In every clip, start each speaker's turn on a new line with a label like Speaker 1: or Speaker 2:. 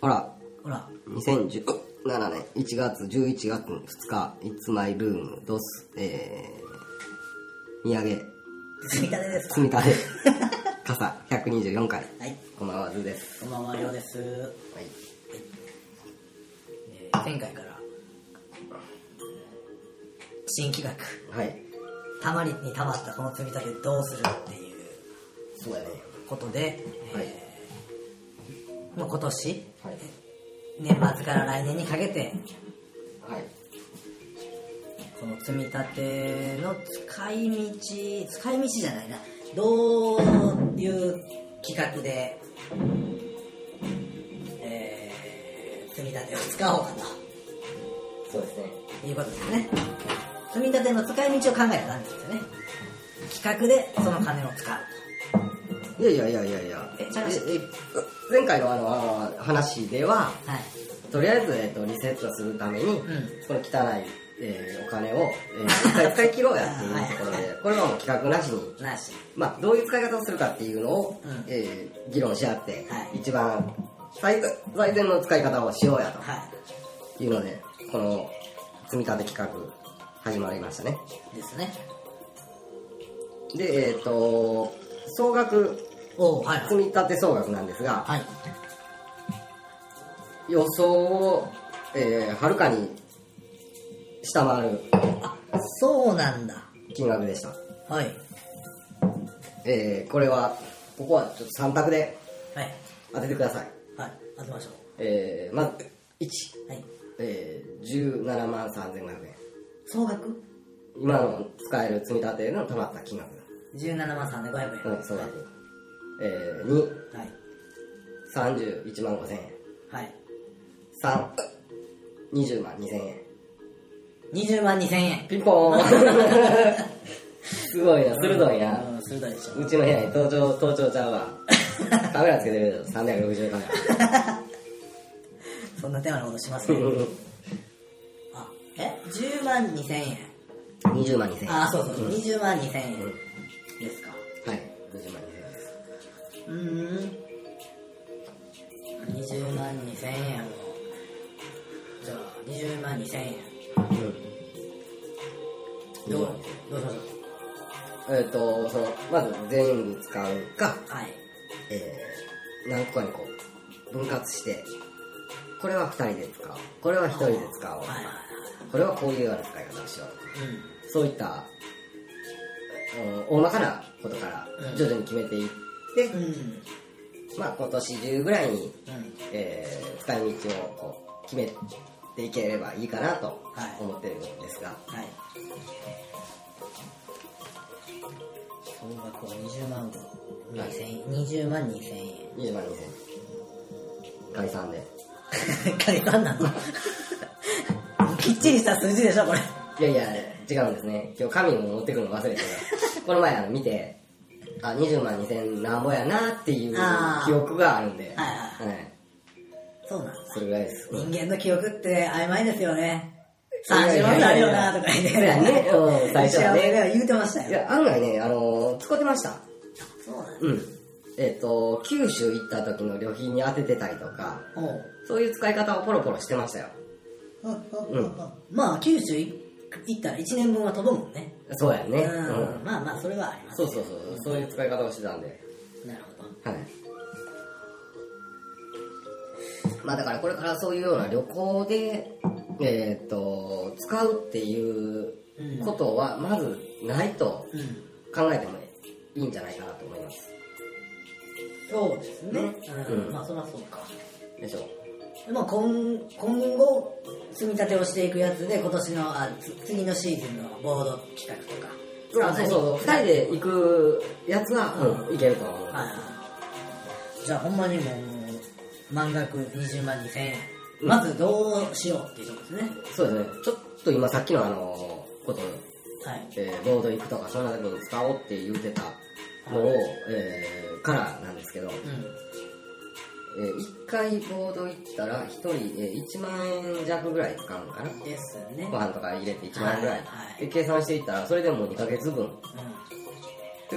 Speaker 1: ほら、
Speaker 2: ほら。
Speaker 1: 2017年1月11月2日、It's My Room, ドス、えー、土産、
Speaker 2: 積み立てですか
Speaker 1: 積み立て、 傘124回。
Speaker 2: はい。
Speaker 1: こんばんは、ズーです。
Speaker 2: こんばんは、りょうです。
Speaker 1: はい。
Speaker 2: えー前回から、新企画、
Speaker 1: はい。
Speaker 2: たまりにたまったこの積み立てどうするっていう
Speaker 1: そうやね。
Speaker 2: ことで、えー
Speaker 1: はい
Speaker 2: まあ、今年、
Speaker 1: はい。
Speaker 2: 年末から来年にかけて、
Speaker 1: はい。
Speaker 2: この積み立ての使い道、使い道じゃないな、どういう企画で、えー、積み立てを使おうか
Speaker 1: そうですね。
Speaker 2: ということですね。積み立ての使い道を考えたらんですよね。企画でその金を使う
Speaker 1: いやいやいやいやいや。
Speaker 2: えちゃうし
Speaker 1: え前回のあの、あの話では、
Speaker 2: と。はい。
Speaker 1: とりあえず、えっとリセットするために、
Speaker 2: ん
Speaker 1: この汚い、えーお金を、えー一回使い切ろうやっていうところで、これはもう企画なしに、
Speaker 2: なし。
Speaker 1: まあ、どういう使い方をするかっていうのを、
Speaker 2: うん
Speaker 1: えー議論し合って、
Speaker 2: はい
Speaker 1: 一番最最善の使い方をしようや
Speaker 2: は
Speaker 1: というので、この積み立て企画始まりましたね。
Speaker 2: い。ですね。
Speaker 1: で、えっ、と、総額、
Speaker 2: おーはい
Speaker 1: 積み立て総額なんですが、
Speaker 2: はい。
Speaker 1: 予想を、えーはるかに下回る
Speaker 2: あ、そうなんだ。
Speaker 1: 金額でした。
Speaker 2: はい。
Speaker 1: えーこれは、ここはちょっと3択で
Speaker 2: はい。
Speaker 1: 当ててください。
Speaker 2: はい。当てましょ
Speaker 1: えー、まず、1、
Speaker 2: う。はい。
Speaker 1: えー、17万3500円。
Speaker 2: 総額
Speaker 1: 今の使える積み立てのたまった金額。
Speaker 2: 17万3500円。
Speaker 1: うん、総額。えー、2、
Speaker 2: はい。
Speaker 1: 31万5000円。
Speaker 2: はい。
Speaker 1: 3、20万2000円。
Speaker 2: 20万2000円。
Speaker 1: ピンポーンすごいな、鋭いな。
Speaker 2: うん、鋭いでしょ。
Speaker 1: うちの部屋に盗聴、盗聴ちゃうわ。カメラつけてるけど、360カメ
Speaker 2: そんな手間なことしますね。 あ、え ?10 万2000円。
Speaker 1: ラ。20万2000円。
Speaker 2: あ、そうそうそう、
Speaker 1: ん
Speaker 2: 20万2000円
Speaker 1: うん
Speaker 2: ですか。
Speaker 1: はい、20万2000円です。
Speaker 2: うーん。20万2000円を。じゃあ、20万2000円。
Speaker 1: うん。
Speaker 2: どう、どうしましょ
Speaker 1: えっ、と、その、まず全員に使うか、
Speaker 2: う。はい。
Speaker 1: えー、何個かにこう、分割して、これは二人で使おう。これは一人で使おう。
Speaker 2: はい。
Speaker 1: これはこういうような使い方をしよう。
Speaker 2: うん。
Speaker 1: そういった、うん、大まかなことから
Speaker 2: うん
Speaker 1: 徐々に決めていって、
Speaker 2: うん。
Speaker 1: まあ今年中ぐらいに、
Speaker 2: うん。
Speaker 1: えー、使い道をこう、決めていければいいかなと
Speaker 2: はい
Speaker 1: 思ってるんですが、
Speaker 2: はい。総額は20万2000円。20万2000円。
Speaker 1: 20万2000円。概算で。
Speaker 2: 解散なのきっちりした数字でしょ、これ。
Speaker 1: いやいや、違うんですね。今日紙を持ってくるの忘れて、 この前あの見て、あ、20万2000なんぼやなっていう
Speaker 2: あー
Speaker 1: 記憶があるんで、
Speaker 2: はい
Speaker 1: はい
Speaker 2: そうなんだ。
Speaker 1: それぐらいです。
Speaker 2: 人間の記憶って曖昧ですよね。30万あるよなとか言って
Speaker 1: いやいやいやそうやねうん最初はね
Speaker 2: 打ち合わせでは言うてました
Speaker 1: い
Speaker 2: よ。
Speaker 1: や、案外ね、あのー、使ってました。
Speaker 2: そうなんだ。
Speaker 1: うん。えっ、と、九州行った時の旅費に当ててたりとか、
Speaker 2: おう
Speaker 1: そういう使い方をポロポロしてましたよ。うん
Speaker 2: まあ、九州行ったら1年分は飛ぶもんね。
Speaker 1: そうやね。
Speaker 2: う
Speaker 1: うん
Speaker 2: ん。まあまあ、それはあります。
Speaker 1: そうそうそう、そういう使い方をしてたんで。
Speaker 2: なるほど。
Speaker 1: はい。まあだからこれからそういうような旅行で、えーっと、使うっていうことはまずないと
Speaker 2: うん。
Speaker 1: 考えてもいいんじゃないかなと思います。
Speaker 2: そうですね。
Speaker 1: うん
Speaker 2: うん。まあ、そりゃそうか。
Speaker 1: でしょ
Speaker 2: でまあ、今今後、積み立てをしていくやつで、今年の、あつ次のシーズンのボード企画とか。
Speaker 1: あそうそうそう、二人で行くやつは、
Speaker 2: うん
Speaker 1: うん、いけると思う。
Speaker 2: はいはいじゃあほんまにもう満額20万2000円
Speaker 1: うん
Speaker 2: まずどうしようっていうとこですね、
Speaker 1: そうですね、ちょっと今さっきのあの、こと、
Speaker 2: はい
Speaker 1: えーボード行くとか、そんな時に使おうって言うてたのを、えーからなんですけど、
Speaker 2: う
Speaker 1: えー、1回ボード行ったら1人、えー、1万円弱ぐらい使うのかなん
Speaker 2: ですね
Speaker 1: ご飯とか入れて1万円ぐらい、
Speaker 2: はい
Speaker 1: で計算していったらそれでもう2ヶ月分っ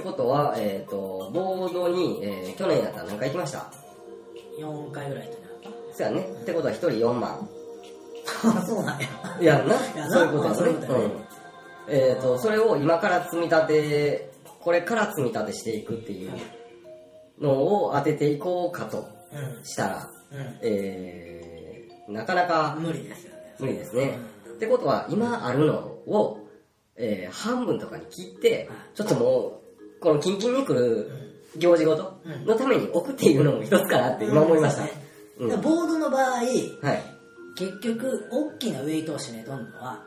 Speaker 1: て
Speaker 2: う
Speaker 1: ことは、えっとボードに、えー去年やったら何回行きました
Speaker 2: ん、4回ぐらいってなった
Speaker 1: そうやね。ってことは一人4万。
Speaker 2: あそうなんや。
Speaker 1: いやんな
Speaker 2: やな
Speaker 1: そういうこと
Speaker 2: あそういう
Speaker 1: や
Speaker 2: こ
Speaker 1: ね
Speaker 2: とやね
Speaker 1: うんえっ、とそれを今から積み立てこれから積み立てしていくっていうのを当てていこうかと
Speaker 2: う
Speaker 1: したら、
Speaker 2: ん。うん。
Speaker 1: えー、なかなか
Speaker 2: 無理ですよね。
Speaker 1: 無理ですねってことは今あるのを、えー半分とかに切ってちょっともうこのキンキンに来る行事ごとのために置くっていうのも一つかなって今思いました、
Speaker 2: う
Speaker 1: うんん
Speaker 2: でボードの場合、
Speaker 1: はい
Speaker 2: 結局、大きなウェイトを占めとんのは、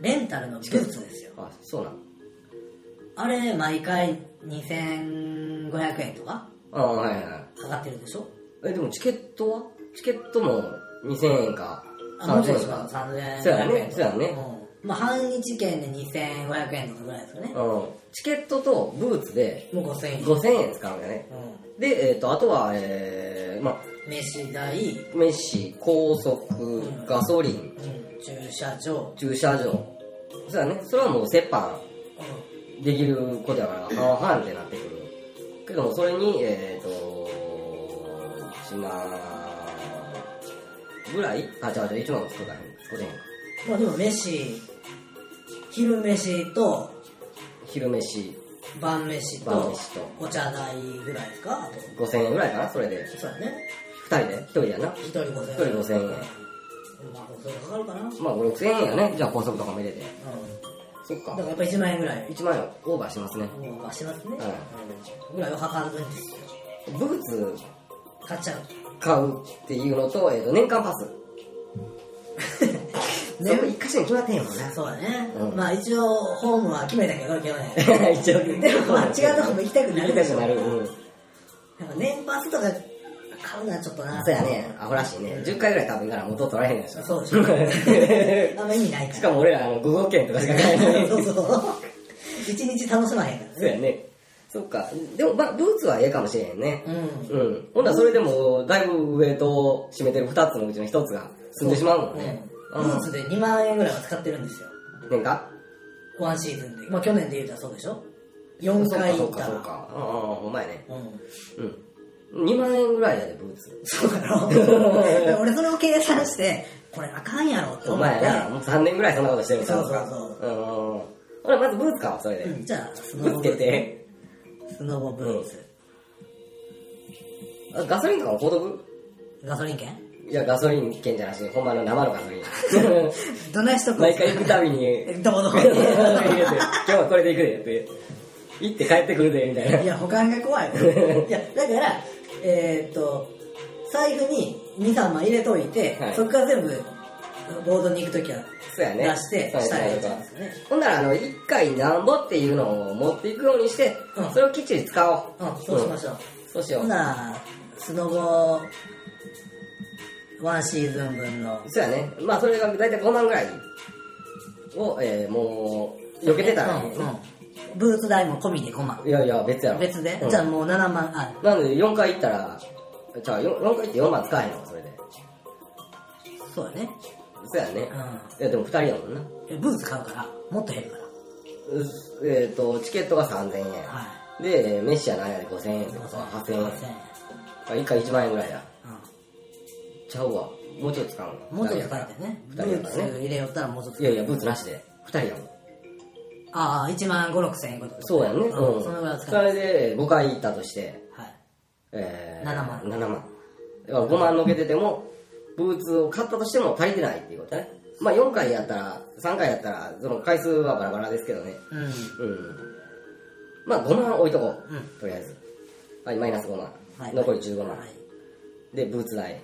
Speaker 2: レンタルのブーツですよ。
Speaker 1: あそうなの
Speaker 2: あれ、毎回2500円とか
Speaker 1: ああはいはい
Speaker 2: かかってるでしょ
Speaker 1: えでもチケットはチケットも2000円か
Speaker 2: あ、もうちょ
Speaker 1: 3000
Speaker 2: っ
Speaker 1: 円
Speaker 2: と
Speaker 1: かそうや
Speaker 2: 3500円
Speaker 1: ね
Speaker 2: と
Speaker 1: そう
Speaker 2: か。
Speaker 1: やね
Speaker 2: うんまあ、半日券で2500円とかぐらいですよね。
Speaker 1: うんチケットとブーツで
Speaker 2: もう5000円。
Speaker 1: 5000円使うんだね
Speaker 2: う
Speaker 1: で、えっとあとは、えーまあ、
Speaker 2: ん飯代、うん
Speaker 1: 飯高速ガソリン
Speaker 2: 駐車場、
Speaker 1: 駐車場そうやねそれはもう折半
Speaker 2: う
Speaker 1: できることやから半々ってなってくるけどもそれにえっ、と1万ぐらいあじゃあじゃあ1万も作らへん作れへんか
Speaker 2: んまあでも飯、昼飯と
Speaker 1: 昼飯
Speaker 2: 晩飯と
Speaker 1: 晩飯と
Speaker 2: お茶代ぐらいですかあと。
Speaker 1: 5000円ぐらいかなそれで
Speaker 2: そうやね。
Speaker 1: 2人で1人やな
Speaker 2: 一人5000円。
Speaker 1: 一人5000円
Speaker 2: まあ、それかかるかな。うん。
Speaker 1: まあ56000円やねじゃあ高速とかも入れてそっ
Speaker 2: だ
Speaker 1: か
Speaker 2: からやっぱ1万円ぐらい。
Speaker 1: 1万円オーバーしますね
Speaker 2: もうしますね。
Speaker 1: はい
Speaker 2: うんぐらいはかかるんですよ。
Speaker 1: ブーツ
Speaker 2: 買っちゃう。
Speaker 1: 買うっていうのと,、えー、と年間パス
Speaker 2: ね
Speaker 1: 全部1箇所に決まってへんもんな
Speaker 2: そうだね、
Speaker 1: うん
Speaker 2: まあ一応ホームは決めたけど今日ね
Speaker 1: 一応
Speaker 2: でもまあ違うとこも行きたくなるでしょ
Speaker 1: なるうん
Speaker 2: なんか年パスとか買うのはちょっとな
Speaker 1: そうやねアホらしいね10回ぐらい多分から元取らへんでしょ
Speaker 2: そうでしょあんま意味ないか ら
Speaker 1: しかも俺らあの5号券とかしか買えない
Speaker 2: そうそう 一日楽しまへんから
Speaker 1: そう
Speaker 2: ね
Speaker 1: やねそっかでも、まあ、ブーツはええかもしれへんね
Speaker 2: うん
Speaker 1: うん、ほんならそれでもだいぶウエイトを占めてる2つのうちの1つが済んでしまうもんね
Speaker 2: ブーツで2万円ぐらいは使ってるんですよ
Speaker 1: 年間
Speaker 2: ワンシーズンでまあ去年で言うたらそうでしょ4回
Speaker 1: そ
Speaker 2: 行
Speaker 1: う
Speaker 2: っ
Speaker 1: か
Speaker 2: た
Speaker 1: そうかそう
Speaker 2: ら
Speaker 1: かうんうんほんまやね
Speaker 2: うん
Speaker 1: うん2万円ぐらいやでブーツ
Speaker 2: そう だろ俺それを計算してこれあかんやろって
Speaker 1: お
Speaker 2: 思っ
Speaker 1: 前
Speaker 2: て
Speaker 1: やなもう3年ぐらいそんなことしてる
Speaker 2: そうそうそう
Speaker 1: うんうんうんほらまずブーツ買おうそれで、
Speaker 2: うんじ ゃあス
Speaker 1: ブーツ
Speaker 2: ブー
Speaker 1: 決
Speaker 2: ツ
Speaker 1: 定
Speaker 2: スノボブーツ、
Speaker 1: あガソリンとかも買うとく
Speaker 2: ガソリン券
Speaker 1: いやガソリン券じゃなしほんまの生のガソリン
Speaker 2: どないしとく
Speaker 1: 毎回行くたびに
Speaker 2: えどうも どうも
Speaker 1: ガソリン入れて今日はこれで行くでって行って帰ってくるでみたいない
Speaker 2: や保管が怖いねいやだからえーっと財布に23枚入れといて、
Speaker 1: はい
Speaker 2: そこから全部ボードに行くときは
Speaker 1: そうや
Speaker 2: 出
Speaker 1: ね
Speaker 2: して、
Speaker 1: そうやね
Speaker 2: したらいいんですよね
Speaker 1: ほんなら、あの、一回なんぼっていうのを持っていくようにして、
Speaker 2: うん
Speaker 1: それをきっちり使おう。
Speaker 2: うんそうしましょう、
Speaker 1: うん。そうしよ
Speaker 2: ほん
Speaker 1: う。
Speaker 2: ならスノボワンシーズン分の
Speaker 1: そうやね。まあ、それが大体5万ぐらいを、えー、もう、避けてたらいいね、
Speaker 2: うんうんブーツ代も込みで5万
Speaker 1: いやいや、別やろ。
Speaker 2: 別で、
Speaker 1: うん
Speaker 2: じゃあもう7万あ
Speaker 1: なんで、4回行ったら、じゃあ 4, 4回行って4万使えへんわ、それで。
Speaker 2: そうだね
Speaker 1: そうやね。いや、でも2人やもんな。
Speaker 2: うんえブーツ買うからもっと減るか
Speaker 1: うえっ、と、チケットが3000円。
Speaker 2: らはい
Speaker 1: で、えーメッシやなんやで5000円ってことは8000円。1回1万円ぐらいや。ちゃうわ。もうちょっと使うの。
Speaker 2: もうちょっ
Speaker 1: 二人や
Speaker 2: と書い
Speaker 1: ら
Speaker 2: てね。
Speaker 1: 二
Speaker 2: ブ
Speaker 1: 人や
Speaker 2: ー
Speaker 1: から
Speaker 2: ツ
Speaker 1: ね
Speaker 2: 入れよったらもうちょっと。
Speaker 1: いやいや、ブーツなしで。2人やもん。
Speaker 2: ああ、1万5、6千円こと。
Speaker 1: そうやね。
Speaker 2: うん
Speaker 1: うん。
Speaker 2: そのぐらい使う
Speaker 1: それで5回行ったとして、
Speaker 2: はい。
Speaker 1: えー、
Speaker 2: 7万
Speaker 1: 7万。だから5万のけてても、ブーツを買ったとしても足りてないっていうことね。まあ4回やったら、3回やったら、その回数はバラバラですけどね。
Speaker 2: うん。
Speaker 1: うん。まあ5万置いとこう。
Speaker 2: うん
Speaker 1: とりあえず。はい、マイナス5万。
Speaker 2: はい
Speaker 1: 残り15万。
Speaker 2: はい
Speaker 1: で、ブーツ代。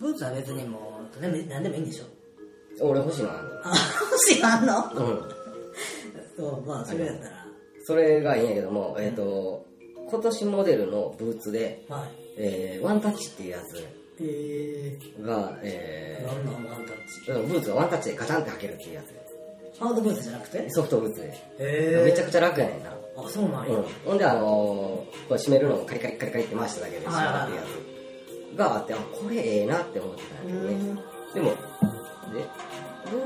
Speaker 2: ブーツは別にもう、何でも何でもいいんでしょ。
Speaker 1: 俺欲しいのあんね
Speaker 2: あ、知らんの
Speaker 1: んうん。
Speaker 2: そう、まあ、それやったら。
Speaker 1: それがいいんやけども、えっ、と、今年モデルのブーツで、
Speaker 2: はい。
Speaker 1: えー、ワンタッチっていうやつ
Speaker 2: え
Speaker 1: が、えー
Speaker 2: ー。なんなんワンタッチ。
Speaker 1: だからブーツがワンタッチでガチャンって開けるっていうやつ
Speaker 2: ハードブーツじゃなくて
Speaker 1: ソフトブーツで、
Speaker 2: え
Speaker 1: めちゃくちゃ楽やねんな、
Speaker 2: あ、そうなんや。
Speaker 1: うん、ほんであのー、これ閉めるのをカリカリカリカリって回しただけで閉まるっていうやつがあってあこれええなって思ってたんやけどねでもで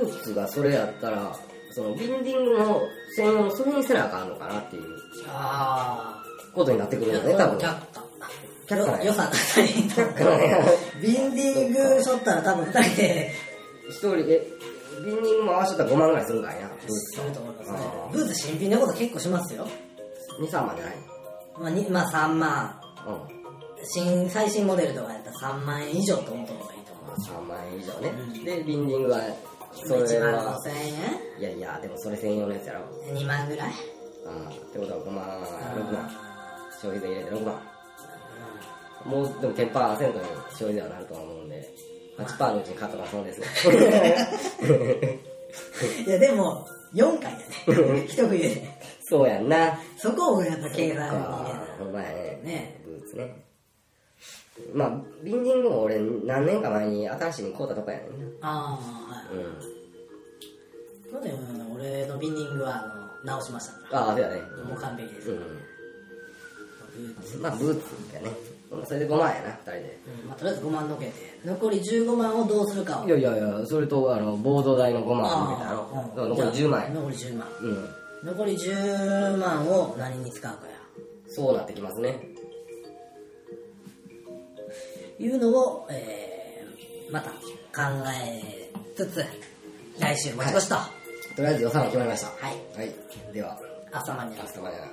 Speaker 1: ブーツがそれやったらそのビンディングの専用のそれにせなあかんのかなっていう
Speaker 2: あ
Speaker 1: ことになってく
Speaker 2: ー。
Speaker 1: る
Speaker 2: い
Speaker 1: よ
Speaker 2: や
Speaker 1: ね多分
Speaker 2: 却下。
Speaker 1: 却下なん
Speaker 2: 良
Speaker 1: や
Speaker 2: さ2人
Speaker 1: 却下なんや
Speaker 2: ビンディングしとったら多分2人で
Speaker 1: 一人でビンディングも合わせたら5万ぐらいするんかいな
Speaker 2: すると思いますね
Speaker 1: あー
Speaker 2: ブーツ新品のこと結構しますよ
Speaker 1: 23万じゃない
Speaker 2: まあ、にまあ3万
Speaker 1: うん
Speaker 2: 新最新モデルとかやったら3万円以上と思った方がいいと思います
Speaker 1: 3万円以上ね、
Speaker 2: うん
Speaker 1: でビンディングはそれ
Speaker 2: 1万
Speaker 1: は
Speaker 2: 5000
Speaker 1: いやいやでもそれ専用のやつやろ
Speaker 2: 円2万ぐらい
Speaker 1: うんってことは5万6万
Speaker 2: あ
Speaker 1: 消費税入れて6万もうでも10%に消費税はなるとは思うんで8%のうちにカットが損ですね
Speaker 2: ーいやでも4回だね一冬で
Speaker 1: そうやんな
Speaker 2: そこをやっぱ計算
Speaker 1: あほんまやね
Speaker 2: ね
Speaker 1: ブーツねまあビンディングも俺何年か前に新しいに買うたとこやねんな
Speaker 2: ああはい
Speaker 1: うん
Speaker 2: 去年俺のビンディングはあの直しましたか
Speaker 1: ああそうやね
Speaker 2: らもう完璧です、
Speaker 1: うんまあブーツやねそれで5万やな2人で
Speaker 2: うんまあ、とりあえず5万のけて残り15万をどうするかを
Speaker 1: いやいやいや、それとあのボード代の5万みたいな
Speaker 2: あ
Speaker 1: だ
Speaker 2: あ
Speaker 1: か
Speaker 2: う
Speaker 1: ら
Speaker 2: ん
Speaker 1: 残り10万
Speaker 2: じゃあ
Speaker 1: 円。
Speaker 2: 残り10万
Speaker 1: うん。
Speaker 2: 残り10万を何に使うかや
Speaker 1: そうなってきますね。
Speaker 2: いうのを、えー、また考えつつ来週持ち越しとは
Speaker 1: とりあえず予算は決まりました。
Speaker 2: い、
Speaker 1: はい。では、
Speaker 2: 朝まで
Speaker 1: ラストまでな。